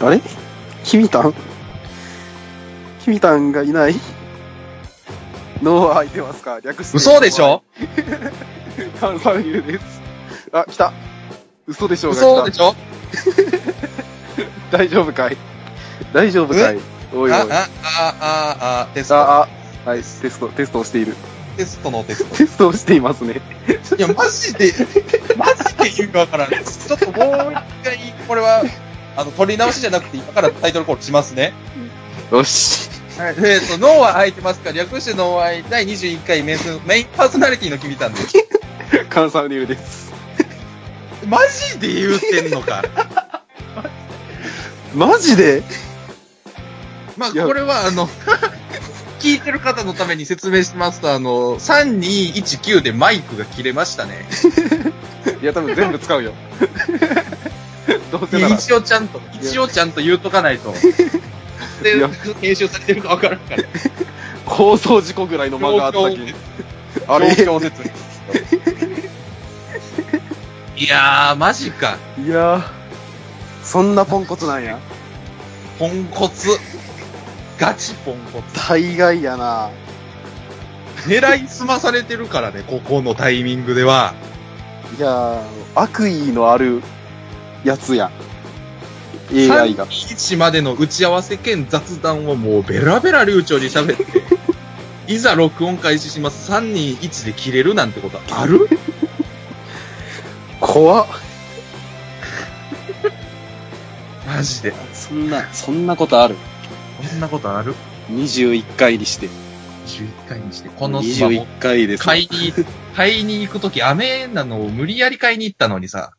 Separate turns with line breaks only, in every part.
あれひみたんひみたんがいないノー空いてますか略して。
嘘でしょ
カンファレルです。あ、来た。嘘でしょうが
嘘
来
でしょ
た。大丈夫かい大丈夫かいおいおい。
あ、
あ、
あ、あ、あ、あ、テスト。
あ、はい、テスト、テストをしている。
テストのテスト。
テストをしていますね。
いや、マジで、マジで言うかわからん。ちょっともう一回、これは、あの、取り直しじゃなくて、今からタイトルコールしますね。
よし。
はい。えっ、と、脳は空いてますか略して脳は空いて第21回メインメインパーソナリティの君たんです。
カンサムネイルです。
マジで言うてんの か。
マジで
まあ、
いや
これはあの、聞いてる方のために説明しますと、あの、3219でマイクが切れましたね。
いや、多分全部使うよ。どうせなら。
一応ちゃんと、一応ちゃんと言うとかない と。
い
で
や、
編集されてるかわからんから。
放送事故ぐらいの間があったきに。あれ
状況説明いやー、マジか。
いやー、そんなポンコツなんや。
ポンコツ。ガチポンコツ。
大概やな。
狙いすまされてるからね、ここのタイミングでは。
いやー、悪意のあるやつや。AI が。
321までの打ち合わせ兼雑談をもうベラベラ流暢に喋って、いざ録音開始します。321で切れるなんてこと ある
怖っ。
マジで。
そんな、そんなことある。
こんなことある
21回にして。
?11 回にして。このスマホ、
回で
買いに、買いに行くとき、雨なのを無理やり買いに行ったのにさ、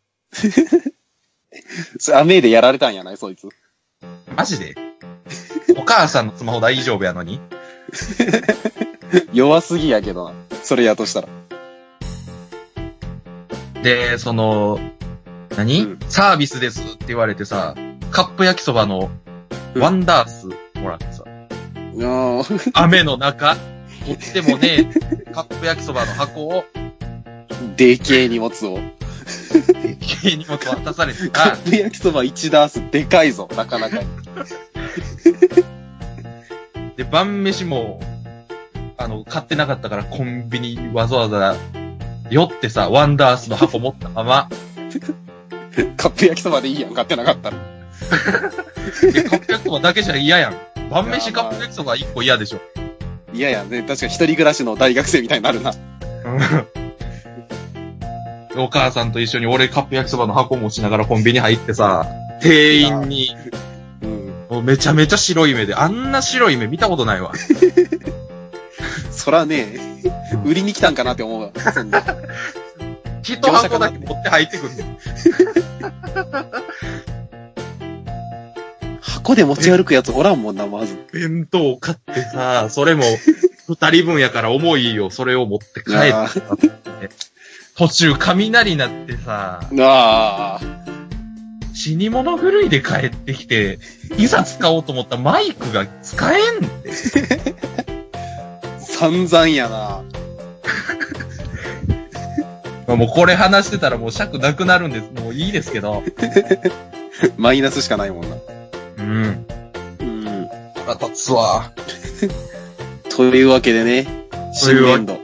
雨でやられたんやないそいつ。
マジでお母さんのスマホ大丈夫やのに
弱すぎやけどな。それやとしたら。
で、その、何、
うん
サービスですって言われてさ、カップ焼きそばの
うん
ワンダースもらってさ、
ああ。
雨の中、とってもね、カップ焼きそばの箱を、
でけえ荷物を。
家にも渡されて
カ
た。
ップ焼きそば1ダースでかいぞ、なかなか。
で、晩飯も、あの、買ってなかったからコンビニにわざわざ寄ってさ、ワンダースの箱持ったまま、
カップ焼きそばでいいやん、買ってなかったら。
で、カップ焼きそばだけじゃ嫌やん。晩飯カップ焼きそば1個嫌でしょ。
いやいや、ね、確かに一人暮らしの大学生みたいになるな。
お母さんと一緒に俺カップ焼きそばの箱持ちながらコンビニ入ってさ、店員に、
うん。
もうめちゃめちゃ白い目で、あんな白い目見たことないわ。
そらね、売りに来たんかなって 思うわ。そんな
一箱だけ持って入ってくる
箱で持ち歩くやつおらんもんな、まず。
弁当を買ってさ、それも、二人分やから重いよ、それを持って帰
あ
って。途中雷鳴って
あ
さ、
あ。
死に物狂いで帰ってきて、いざ使おうと思ったマイクが使えんって。
散々やな。
まあもうこれ話してたらもう尺なくなるんです。もういいですけど。
マイナスしかないもんな。
うん。
うん。
腹立つわ。
というわけでね、
とい
新
うわ
年度。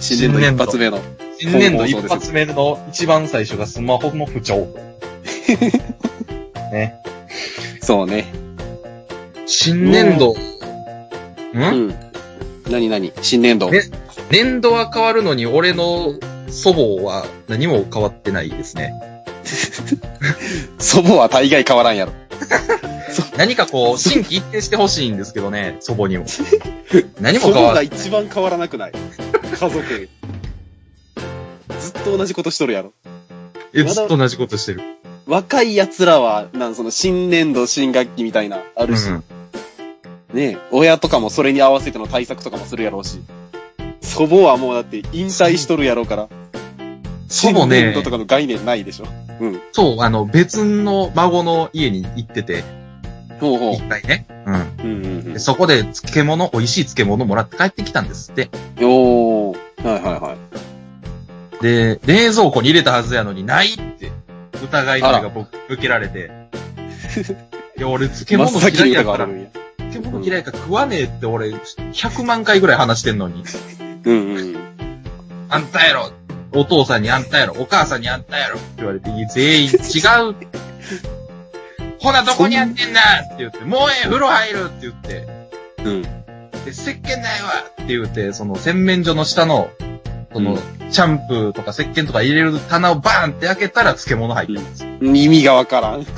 新年度一発目の。
新年度一発目の一番最初がスマホの不調。ね。
そうね。
新年度。
うんん。なになに新年度。
ね年度は変わるのに俺の祖母は何も変わってないですね。
祖母は大概変わらん やろ。
何かこう、新規一転してほしいんですけど ね、祖母にも。何も
祖
変
母
わ
が
る。
一番変わらなくない。家族。ずっと同じことしとるやろ。
え、ずっと同じことしてる。
若い奴らは、なん、その新年度、新学期みたいな、あ
う
るし、
ん。
ねえ親とかもそれに合わせての対策とかもするやろうし、祖母はもうだって引退しとるやろう から、
祖母
新年
ね
度、とかの概念ないでしょ。うん。
そう、あの、別の孫の家に行ってて、
ほうほ
一回ね。うん。
う。うんうん
でそこで漬物、美味しい漬物もらって帰ってきたんですって。
うん。おー。はいはいはい。
で、冷蔵 庫に入れたはずやのにないって、疑いの目が僕、受けられて。いや、俺、漬
真っ
物
先
嫌
に
い
歌
や
が
か
あ
ら
る、んや。
漬物嫌いやから食わねえって俺、100万回ぐらい話してんのに。
うんうん。
あんたやろお父さんにあんたやろお母さんにあんたやろって言われて、いや全員違 う。ほな、どこにあってんだって言って、もうええ、風呂入るって言って。
うん。
で、石鹸ないわって言って、その洗面所の下の、その、
うん
シャンプーとか石鹸とか入れる棚をバーンって開けたら漬物入ってます。
意味がわからん。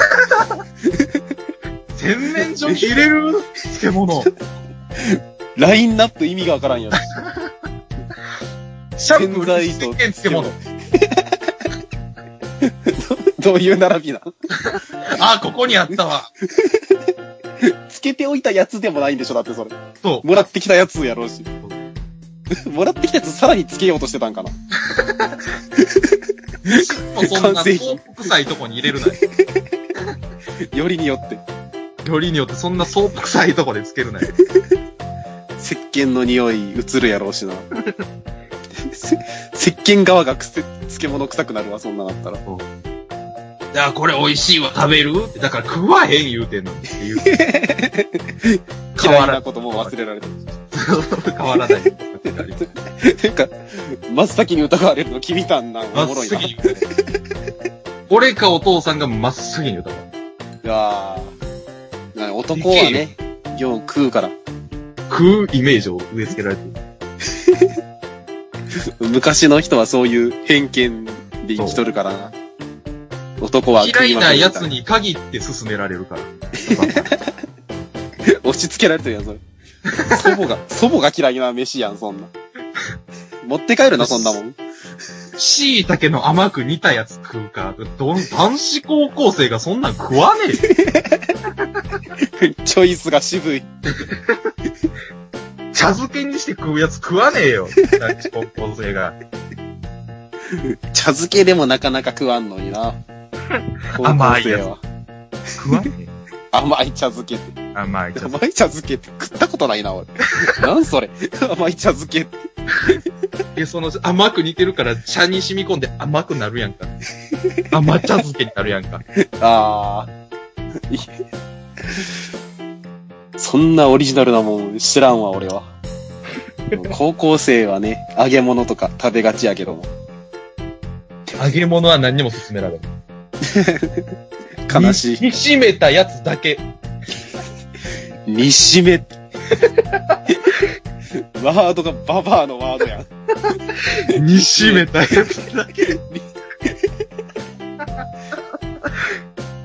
洗面所に入れる漬 物。
ラインナップ意味がわから んやろ。
シャンプー、石鹸、漬物。
どういう並びなん
あ、ここにあったわ。
つけておいたやつでもないんでしょだってそれ。
そう。
もらってきたやつやろうし。 もらってきたやつさらにつけようとしてたんかな。
ちょっとそんな
完成品
ソープ臭いとこに入れるなよ。
よりによって。
よりによってそんなソープ臭いとこでつけるなよ。
石鹸の匂い移るやろうし な。せ石鹸側がくせ漬物臭くなるわ、そんなんあったら。
じゃあこれ美味しいわ、食べるってだから食わへん言うてんのにっていう。 変
嫌い
わ
な
ら、
ことも忘れられてる。
変わ らない。
てか、真っ先に疑われるの君たんなん、
ま
お
っ
もろい
す
な。
ぐ
い
に歌う。俺かお父さんがまっすぐに歌う。
やーな男はね、よう食うから。
食うイメージを植え付けられてる。
昔の人はそういう偏見で生きとるからな。男は
嫌い
まく
な
るみた
やつ。に限って勧められるから。
押し付けられてるやん、それ。祖母が、祖母が嫌いな飯やん、そんな。持って帰るな、そんなもん。
椎茸の甘く煮たやつ食うか。どん、男子高校生がそんなん食わねえよ。
チョイスが渋い。
茶漬けにして食うやつ食わねえよ。男子高校生が。
茶漬けでもなかなか食わんのにな。
甘いやつ
高校
食わねえよ。
生は甘い茶漬けって。
甘い茶
甘
漬け
い茶漬けって食ったことないな、俺。なんそれ。甘い茶漬けって。
え、その、甘く煮てるから、茶に染み込んで甘くなるやんか。甘茶漬けになるやんか。
あー。いそんなオリジナルなもん知らんわ、俺は。高校生はね、揚げ物とか食べがちやけども。
揚げ物は何にも勧められない。
悲しい。
煮しめたやつだけ。
煮しめ。ワードがババアのワードやん。
煮しめたや つだけ。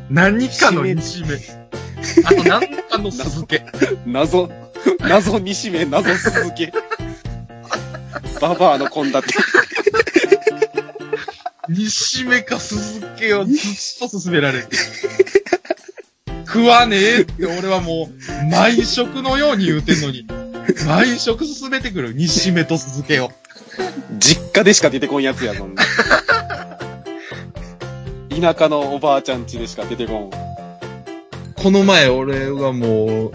何かの煮しめ。あと何かの酢漬け。
謎、謎煮しめ、謎酢漬け。ババアの献立。
煮しめか酢漬けをずっと勧められる。食わねえって俺はもう、毎食のように言うてんのに、毎食勧めてくる。煮しめと酢漬けを。
実家でしか出てこんやつや、そんな。田舎のおばあちゃん家でしか出てこん。
この前俺がもう、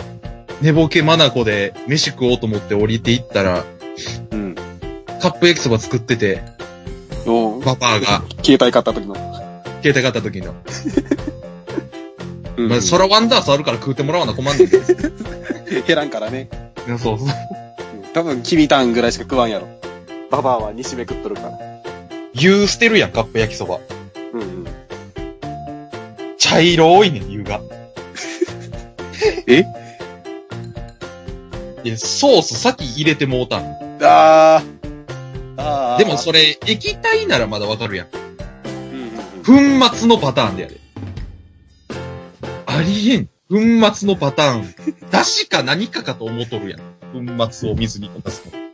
寝ぼけまなこで飯食おうと思って降りていったら、
うん。
カップ焼きそば作ってて、
おう
パパが、
携帯買った時の。
携帯買った時の。
う
まあ、そらワンダースあるから食うてもらわな困んねんけど。
減らんからね。
そうそう。
多分、キビタンぐらいしか食わんやろ。ババアは煮しめ食っとるから。
湯捨てるやん、カップ焼きそば。
うんうん。
茶色多いねん、湯が。
え
いや、ソース先入れてもうたん。
あー。あー。
でもそれ、液体ならまだわかるやん。
うんうんうん
粉末のパターンでやで。ありえん。粉末のパターン。だしか何かかと思うとるやん。粉末を水に溶かすの。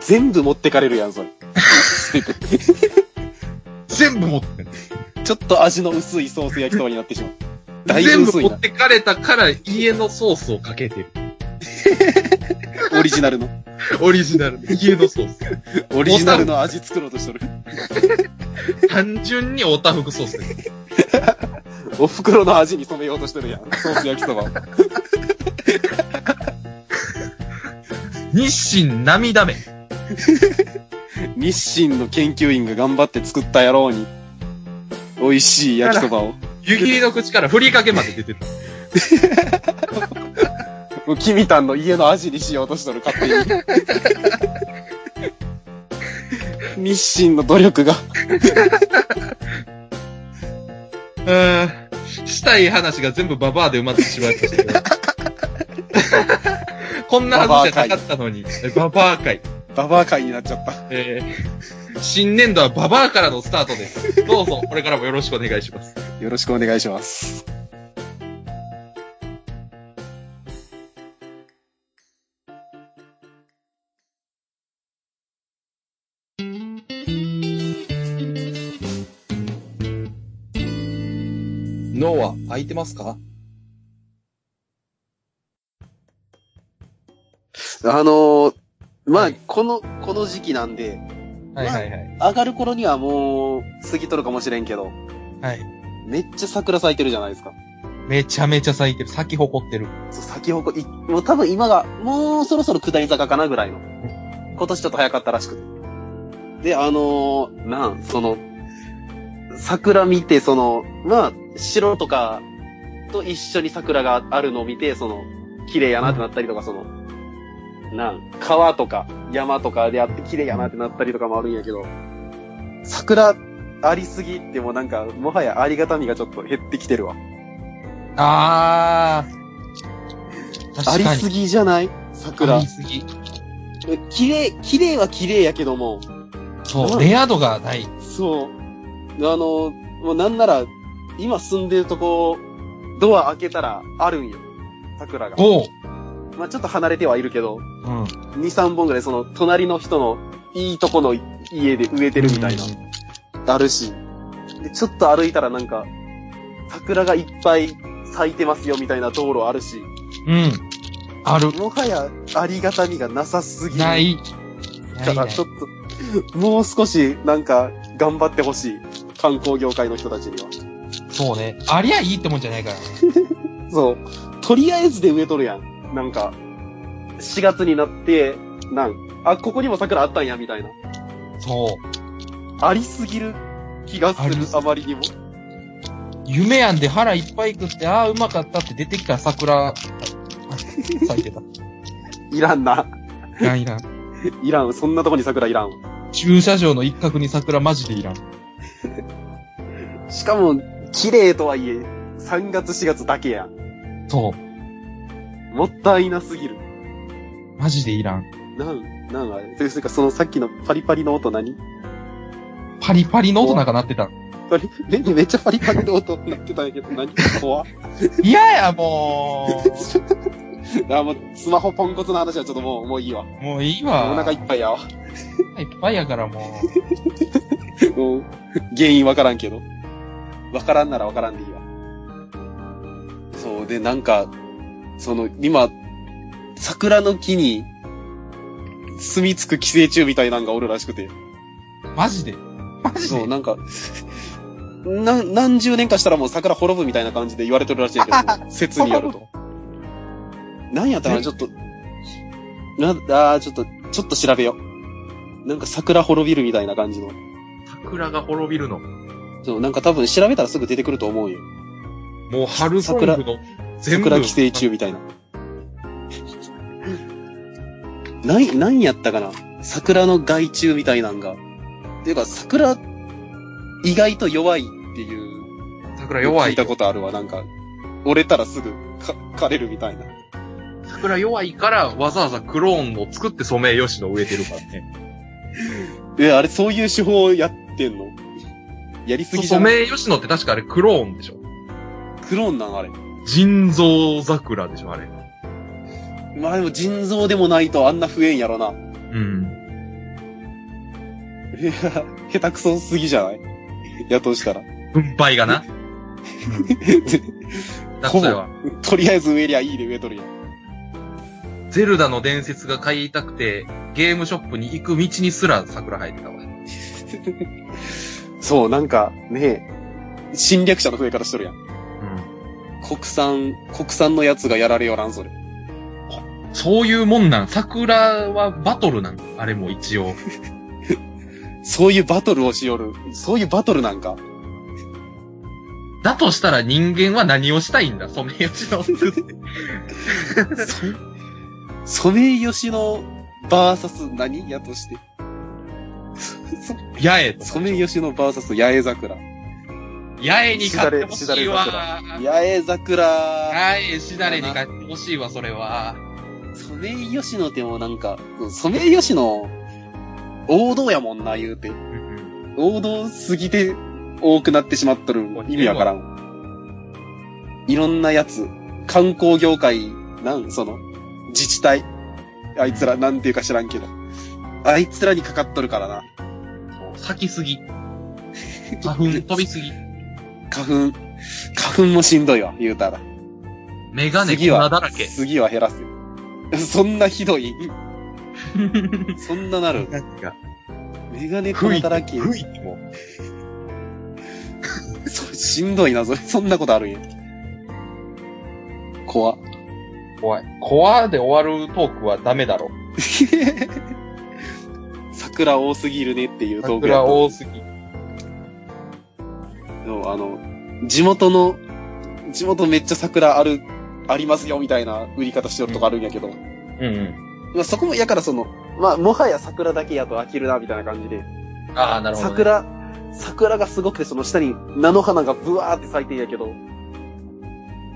全部持ってかれるやん、それ。
全部持ってんの
ちょっと味の薄いソース焼きそばになってしまう。だいぶ
全部
薄い
持っ
な。
てかれたから家のソースをかけてる。
オリジナルの。
オリジナル。家のソース。
オリジナルの味作ろうとしとる。
単純におたふくソースです。
お袋の味に染めようとしてるやん。ソース焼きそばを。
日清涙目。
日清の研究員が頑張って作った野郎に、美味しい焼きそばを。
湯切りの口からふりかけまで出てた。
もうキミタンの家の味にしようとしとる、勝 手に。日清の努力が。
うん。したい話が全部ババアで埋まってしまいました けど。こんなはずじゃなかったのに。えババア会。
ババア会になっちゃった。
えー新年度はババアからのスタートです。どうぞ、これからもよろしくお願いします。
よろしくお願いします。
脳は空いてますか
あのーまあ、
はい
この、この時期なんで、
はいはいはい。
上がる頃にはもう、過ぎとるかもしれんけど、
はい。
めっちゃ桜咲いてるじゃないですか。
めちゃめちゃ咲いてる。咲き誇ってる。
そう、先ほこ、いもう多分今が、もうそろそろ下り坂かなぐらいの。今年ちょっと早かったらしくて。で、あのーなん、その、桜見て、その、まあ、城とかと一緒に桜があるのを見て、その、綺麗やなってなったりとか、その、なん、川とか山とかであって綺麗やなってなったりとかもあるんやけど、桜ありすぎってもうなんか、もはやありがたみがちょっと減ってきてるわ。
あー。
あ
確
り
か
す
に。
ぎじゃない桜。
りすぎ。
綺麗、綺麗は綺麗やけども、
そう、レア度がない。
そう。あの、もうなんなら、今住んでるとこ、ドア開けたらあるんよ。桜が。
おう。
まあちょっと離れてはいるけど、
うん。
2、3本ぐらいその、隣の人のいいとこの家で植えてるみたいな、あるし。で、ちょっと歩いたらなんか、桜がいっぱい咲いてますよみたいな道路あるし、
うん。ある。
もはやありがたみがなさすぎる。
ない。な
か
い
ら
ない
ちょっと、もう少しなんか頑張ってほしい。観光業界の人たちには。
そうね。ありゃいいってもんじゃないからね。
そう。とりあえずで植えとるやん。なんか、4月になって、なん、あ、ここにも桜あったんや、みたいな。
そう。
ありすぎる気がす
あ
る
り、
あまりにも。
夢やんで腹いっぱい食って、ああ、うまかったって出てきた桜、咲いてた。
いらんな。
いらんいらん。
いらん。そんなとこに桜いらん。
駐車場の一角に桜マジでいらん。
しかも、綺麗とはいえ、3月4月だけやん。
そう。
もったいなすぎる。
マジでいらん。
なん、なんあれ。というか、そのさっきのパリパリの音何
パリパリの音なんか鳴ってた。
パリ、レンジめっちゃパリパリの音鳴ってたんやけど、何怖っ
いやや、も
あ、もう、スマホポンコツの話はちょっともう、もういいわ。
う。もういい
お
わ。
腹い
い
っぱいやわ。
っぱいやからも
もう、原因わからんけど。わからんならわからんでいいわ。そう、で、なんか、その、今、桜の木に、住み着く寄生虫みたいなんがおるらしくて。
う。マジで。マジ
そう、
で。
なんか、な、何十年かしたらもう桜滅ぶみたいな感じで言われてるらしいんやけ ど、説によると。なんやったかな、ちょっと。な、あーちょっと、ちょっと調べよう。なんか桜滅びるみたいな感じの。
桜が滅びるの。
そう、なんか多分調べたらすぐ出てくると思うよ。
もう春ソングの全部。
桜寄生虫みたいな。なん、なんやったかな桜の害虫みたいなんが。っていうか、桜、意外と弱いっていう。
桜弱
聞い
い
た。ことあるわ、なんか。折れたらすぐ、か、枯れるみたいな。
桜弱いからわざわざクローンを作ってソメイヨシノ植えてるからね。
え、あれ、そういう手法やってんのやりすぎじ
ソ
ゃない
メイヨシノって確かあれクローンでしょ
クローンなんあれ。
人造桜でしょあれ。
まあでも腎臓でもないとあんな増えんやろな。
うん。
いや、 下手くそすぎじゃないやとしたら。
分配がな。だからそれは、
とりあえず植えりゃいいで植えとるやん。
ゼルダの伝説が買いたくて、ゲームショップに行く道にすら桜生えてたわ。
そう、なんかね、侵略者の増え方しとるやん。
うん。
国産、国産のやつがやられよらん、それ。
そういうもんなん。桜はバトルなんあれも一応。
そういうバトルをしよる。そういうバトルなんか。
だとしたら人間は何をしたいんだソメイヨシノを 作って。
ソメイヨシノバーサス何やとして。そ
八重と。
ソメイヨシノバーサス八重桜。
八重に勝ってほしい
し
わ。
八重桜。
八重しだれに勝ってほしいわ、それは。
ソメイヨシノってもうなんか、ソメイヨシノ王道やもんな言うて。王道すぎて多くなってしまっとる。意味わからん。いろんなやつ、観光業界、なん、その、自治体。あいつら、なんていうか知らんけど。あいつらにかかっとるからな。
そう咲きすぎ。花粉 飛びすぎ。
花粉、花粉もしんどいわ、言うたら。
メガネ粉
次は、
だらけ。
次は減らすよ。そんなひど い。そんななる。
なんか、
メガネ粉
不意
だらけ。
不意にも。
そしんどいな、それ。そんなことあるんや。怖。
怖い。怖で終わるトークはダメだろ。
桜多すぎるねっていうトークや
桜
った
多すぎ。
でもあの、地元の、地元めっちゃ桜ある、ありますよみたいな売り方してるとこあるんやけど。
うん
まあそこも、やからその、まあもはや桜だけやと飽きるなみたいな感じで。
うん。ああ、なるほど、ね。。
桜、桜がすごくてその下に菜の花がブワーって咲いてんやけど。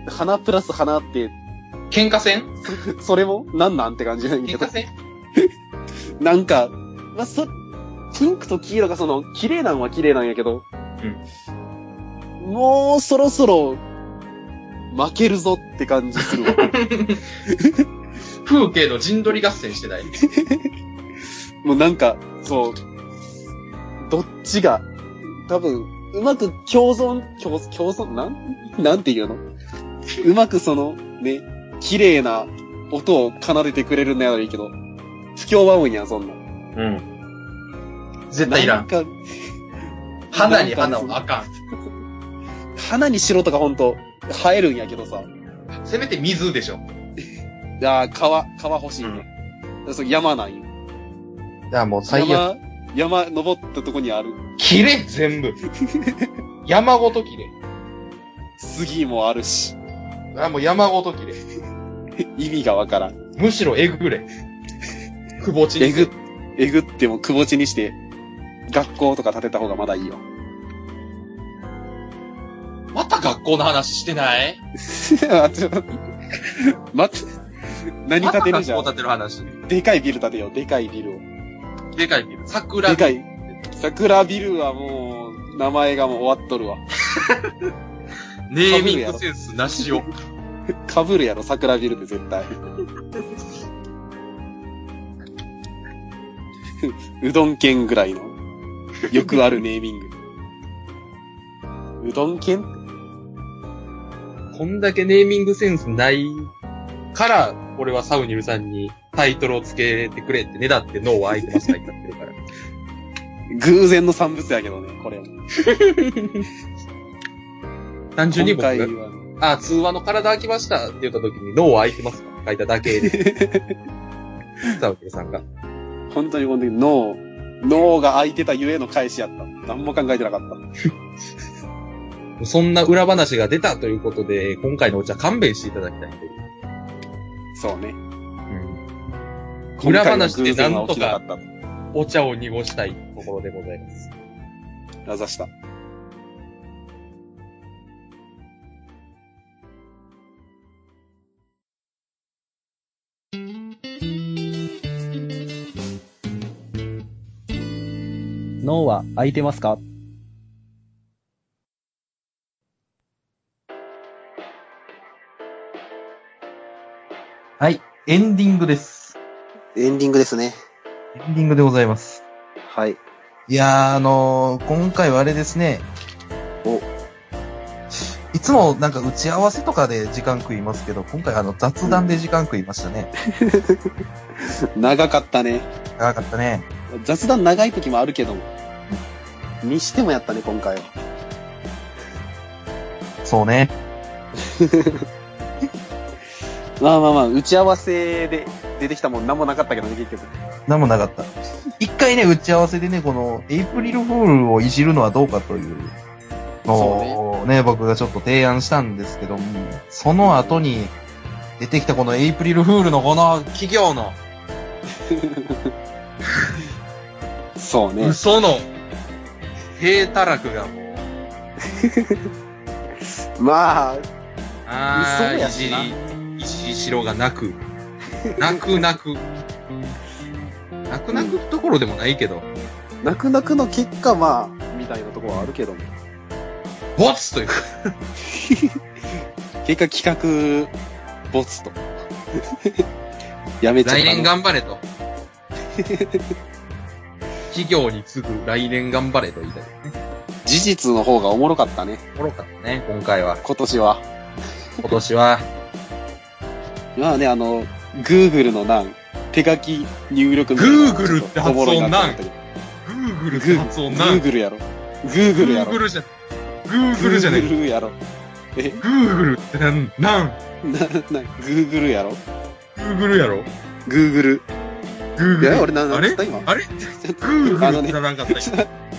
花プラス花って、
喧嘩戦
それもなんなんって感じなんやけ
喧
ど
嘩。戦
なんか、まあ、そ、ピンクと黄色がその、綺麗なんは綺麗なんやけど、もうそろそろ、負けるぞって感じするわ。
風景の陣取り合戦してない。
もうなんか、そう、どっちが、多分、うまく共存、共、共存、なんなんていうのうまくその、ね、綺麗な音を奏でてくれるんやらいいけど、不協和音やん、そんなん。
うん。絶対いら
なん
ん。
か、
花に花をあか
花にしろとかほんと、生えるんやけどさ。
ん。せめて水でしょ。
ああ、川、川欲しいね。そう山なんよ。
いや、もう
山、山登ったとこにある。
綺麗全 部。山ごと綺麗。
杉もあるし、
あ、もう山ごと綺麗。
意味がわからん。
むしろえぐれ。くぼちに
えぐ、えぐってもくぼちにして、学校とか建てた方がまだいいよ。
また学校の話してない
あちょっとま、何建てるじゃ
また学校建
ん。
てる話。
でかいビル建てよう、でかいビルを。
でかいビル。
で
桜ビル。
かい。桜ビルはもう、名前がもう終わっとるわ。
ネーミングセンスなしを。
かぶるやろ、桜ビルって絶対。 うどん県ぐらいの、よくあるネーミング。うどん県
こんだけネーミングセンスないから、俺はサウニルさんにタイトルをつけてくれってねだって脳は開いてますって言ってるから。
偶然の産物やけどね、これも。
単純に
今
僕が
回は、
あ、通話の体開きましたって言った時に脳は開いてますか書いただけで。 サウニルさんが。
本当にこの時脳、脳が空いてたゆえの返しやった。何も考えてなかった。
そんな裏話が出たということで、今回のお茶勘弁していただきたいという。
そうね。
裏話でなん
今回の偶然は起
とか
きなかっ
お茶を濁したいところでございます。
た。なざした。
脳は空いてますか
はい、エンディングです。
エンディングですね。
エンディングでございます。
はい。
いやー、あのー、今回はあれですね。
お。
いつもなんか打ち合わせとかで時間食いますけど、今回あの雑談で時間食いましたね。
長かったね。
長かったね。
雑談長い時もあるけども。にしてもやったね、今回は。
そうね。
まあまあまあ、打ち合わせで出てきたもん何もなかったけどね、結局。
なんもなかった。一回ね、打ち合わせでね、このエイプリルフールをいじるのはどうかというのをね、僕がちょっと提案したんですけども、その後に出てきたこのエイプリルフールのこの企業の、
そうね。
嘘の、低たらくがもう、
まあ、
あ
嘘
ー、
や
い
し
じ
な
り、いじりしろがなく、なくなく、なくなくところでもないけど、
泣く泣くの結果、まあ、みたいなところはあるけども。
ボツというか、
結果企画、ボツと。 やめちゃった
来
の。
年頑張れ と。企業に次ぐ来年頑張れと言いたい。
事実の方がおもろかったね。
おもろかったね、今回は。
今年は。
今年は。
まあね、あの、Google のなん、手書き入力みたいな
Google って
おもろいと思ったけど
Google って発音なん。
Google やろ。Google やろ。
Google じゃ、Google じゃねえ。
Google やろ。え、
Google ってなん、なん、
な、な、Google やろ
Google やろ
?Google。い
?Google。
や、俺な、
あ
なんつ
れ
った今。
あれ
ちょっと
?Google ってならんかった。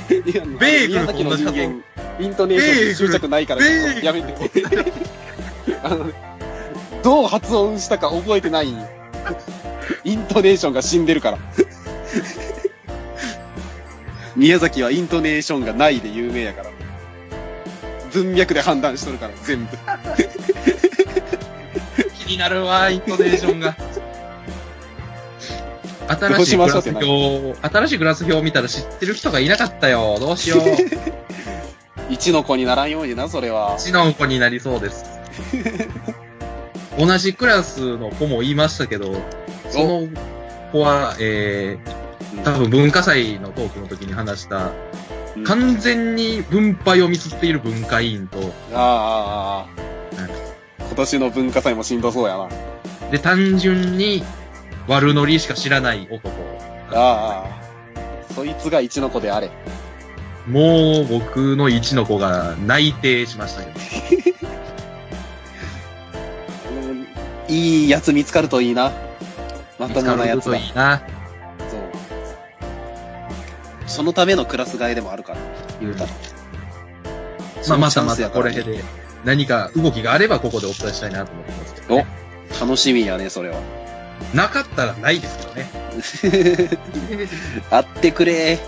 いやあの
ベーグル
宮崎の人
と同じ
間、イントネーションに執着ないから、
ベーグル
やめて。あのね、どう発音したか覚えてないんよイントネーションが死んでるから。宮崎はイントネーションがないで有名やから。文脈で判断しとるから、全部。
気になるわ、イントネーションが。新しいクラス表を、新しいクラス表を見たら知ってる人がいなかったよ。どうしよう。う
一の子にならんようにな、それは。
ちの子になりそうです。同じクラスの子も言いましたけど、その子は、えー、多分文化祭のトークの時に話し
う
た、
ん
完全に分配をミスっている文化委員と、
ああああ、ああ。今年の文化祭もしんどそうやな。あ
で、単純に悪ノリしか知らない男。
あああ、そいつが一の子であれ。
もう僕の一の子が内定しましたけど。
うんいいやつ見つかるといいな。まともなやつ
と
が。
いいな。
そう。そのためのクラス替えでもあるから、言うたら。
まあ、ま
そ
た
のチャン
ま
スや
た
か
こ
ら
れで何か動きがあればここでお伝えしたいなと思ってますけど、ね。
楽しみやね、それは。
なかったらないですけどね。
あってく れ。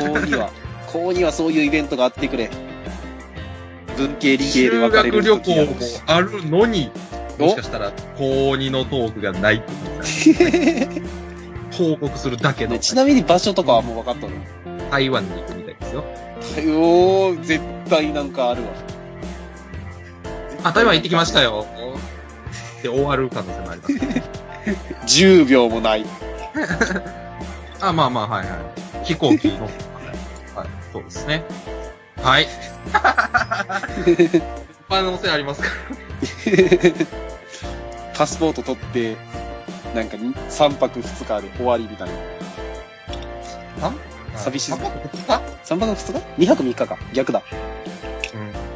高には。高にはそういうイベントがあってくれ。文系 理系で
修
分かれ
学
る
旅
時
行
や
も
ろうし。
あるのに、
お
もしかしたら高2のトークがないってことだ 報告するだけの
ねちなみに場所とかはもう分かっとる。
台湾に行くみたいですよ。
おー、絶対なんかあるわ。
あ、台湾行ってきましたよ。で終わる可能性もあります。
10秒もない。
あ、まあまあ、はいはい。飛行機の。はい、そうですね。 はい。可能性ありますか
パスポート取って、なんか3泊2日で終わりみたいな。
ら
寂しい
タンパク2日
3泊2日 ?2 泊3日か。逆だ。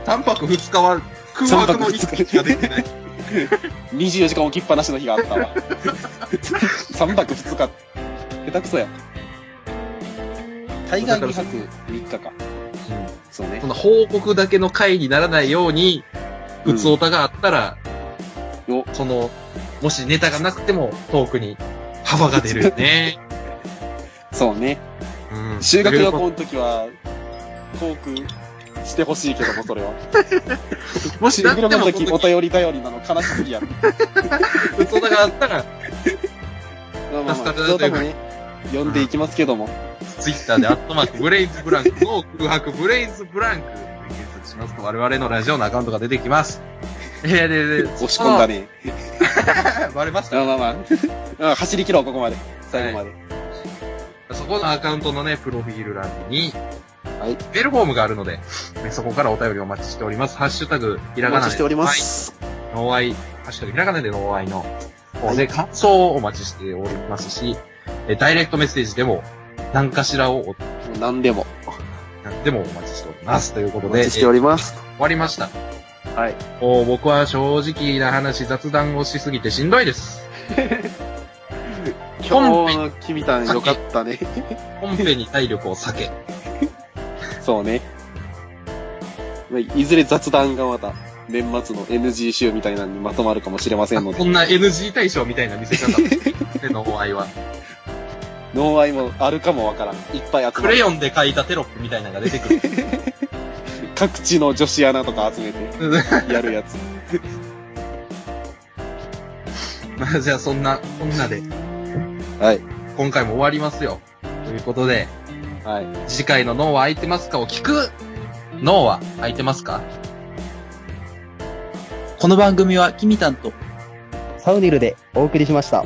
タンパク2日は空白の1日しか できない。
24時間置きっぱなしの日があった わ。3泊2日。下手くそや。大概2泊3日か。そうね
そ。の報告だけの回にならないように、
うん
うつおたがあったら、
お
その、もしネタがなくてもトークに幅が出るよね。
そうね。
うん
修学旅行の時は、航空してほしいけども、それは。
もし
修
なっ
学旅
て
行の
も
時、
その
お
時、
便り頼りなの悲しすぎやろ。
うつおたがあったら、
まあまあまあ、
助かる
そうともね、呼んでいきますけども。
ツイッターで、アットマーク、ブレイズブランクの空白、ブレイズブランクで検索しますと、我々のラジオのアカウントが出てきます。えー、で、で、
押し込んだね。
あ。 バレまし
まあ
た
まあまあ まあ。走り切ろう、ここまで。最後まで。
そこのアカウントのね、プロフィール欄に、
はい
メールフォームがあるので、ねそこからお便りお待ちしております。ハッシュタグ、ひ
お
らがな
待ち
で。
しております。
はい。ノーアイ、ハッシュタグ、ひらがなでノーアイの方
は
で、感想をお待ちしておりますし、えダイレクトメッセージでも、何かしらをお、
もう何でも。
何でもお待ちしております。というこ
お
とで、
待ちしております。
え終わりました。
はい。
もう僕は正直な話、雑談をしすぎてしんどいです。
今日の君たんよかったね。
本編に体力を避け。
そうね。まあいずれ雑談がまた、年末の NG 集みたいなのにまとまるかもしれませんので
こ、んな NG 対象みたいな見せ方。手のお合 いは。
ノーアイもあるかもわからん。いっぱい集
ク
め
レ
て、
ヨンで書いたテロップみたいなのが出てくる。
各地の女子アナとか集めて、 やるやつ。
まあじゃあそんな、こんなで
はい。
今回も終わりますよ。ということで、
はい。
次回の脳は空いてますかを聞く脳は空いてますか
この番組はキミタンと
サウニルでお送りしました。